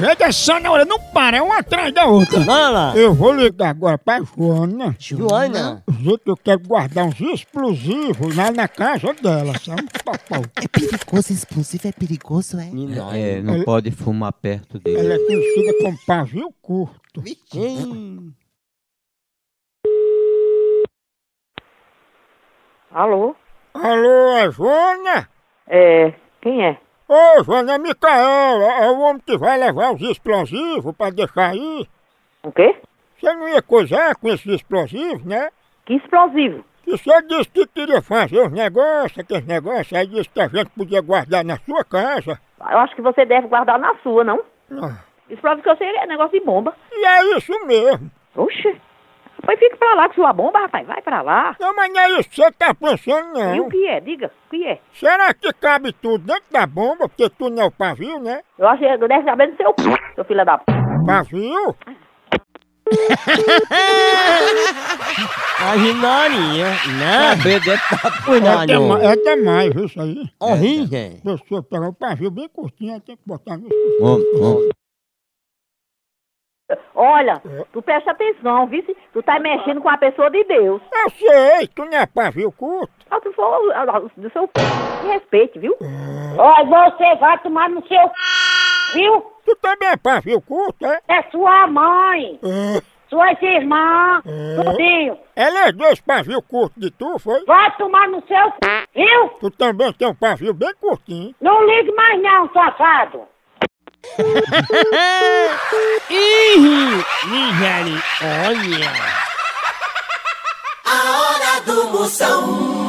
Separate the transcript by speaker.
Speaker 1: gente é só na hora, não para, é uma atrás da outra.
Speaker 2: Mala.
Speaker 1: Eu vou ligar agora pra Joana.
Speaker 2: Joana.
Speaker 1: Gente, eu quero guardar uns explosivos lá na casa dela, sabe? Papai.
Speaker 3: É perigoso, explosivo é perigoso, é?
Speaker 4: É, não pode fumar perto dele.
Speaker 1: Ela é conhecida como pavio curto.
Speaker 2: Hum.
Speaker 5: Alô?
Speaker 1: Alô, é Joana?
Speaker 5: É, quem é?
Speaker 1: Ô, Joana é Micael, é o homem que vai levar os explosivos pra deixar aí.
Speaker 5: O quê?
Speaker 1: Você não ia coisar com esses explosivos, né?
Speaker 5: Que explosivo.
Speaker 1: E você disse que queria fazer os negócios, aqueles negócios, aí disse que a gente podia guardar na sua casa.
Speaker 5: Eu acho que você deve guardar na sua, não?
Speaker 1: Ah,
Speaker 5: Explosivo que eu sei é negócio de bomba.
Speaker 1: E é isso mesmo.
Speaker 5: Oxe. Pois fica pra lá com sua bomba, rapaz. Vai pra lá.
Speaker 1: Não, mas não é isso que você tá pensando,
Speaker 5: E o
Speaker 1: não.
Speaker 5: que é? Diga, o que é?
Speaker 1: Será que cabe tudo dentro da bomba? Porque tu não é o pavio, né?
Speaker 5: Eu acho que eu deve saber do seu p, seu filho da p.
Speaker 1: Pavio?
Speaker 2: A Rinarinha. Não.
Speaker 4: Saber dentro da
Speaker 1: É, dema-
Speaker 2: Cuidado.
Speaker 1: é demais isso aí.
Speaker 2: Horrível.
Speaker 1: A pessoa pegar o pavio bem curtinho, tem que botar no...
Speaker 4: Bom, bom.
Speaker 5: Olha, tu presta atenção, viu? Tu tá mexendo com a pessoa de Deus.
Speaker 1: Eu sei, tu não é pavio curto.
Speaker 5: Só tu for ah, do seu p, me respeite, viu?
Speaker 6: Olha, você vai tomar no seu c... viu?
Speaker 1: Tu também é pavio curto, é?
Speaker 6: É sua mãe,
Speaker 5: É.
Speaker 6: suas irmãs, tudinho.
Speaker 1: Ela é dois pavio curto de tu, foi?
Speaker 6: Vai tomar no seu c... viu?
Speaker 1: Tu também tem um pavio bem curtinho.
Speaker 6: Não ligue mais não, safado.
Speaker 2: Ih, Rinarinha. Olha.
Speaker 7: A hora do Moção.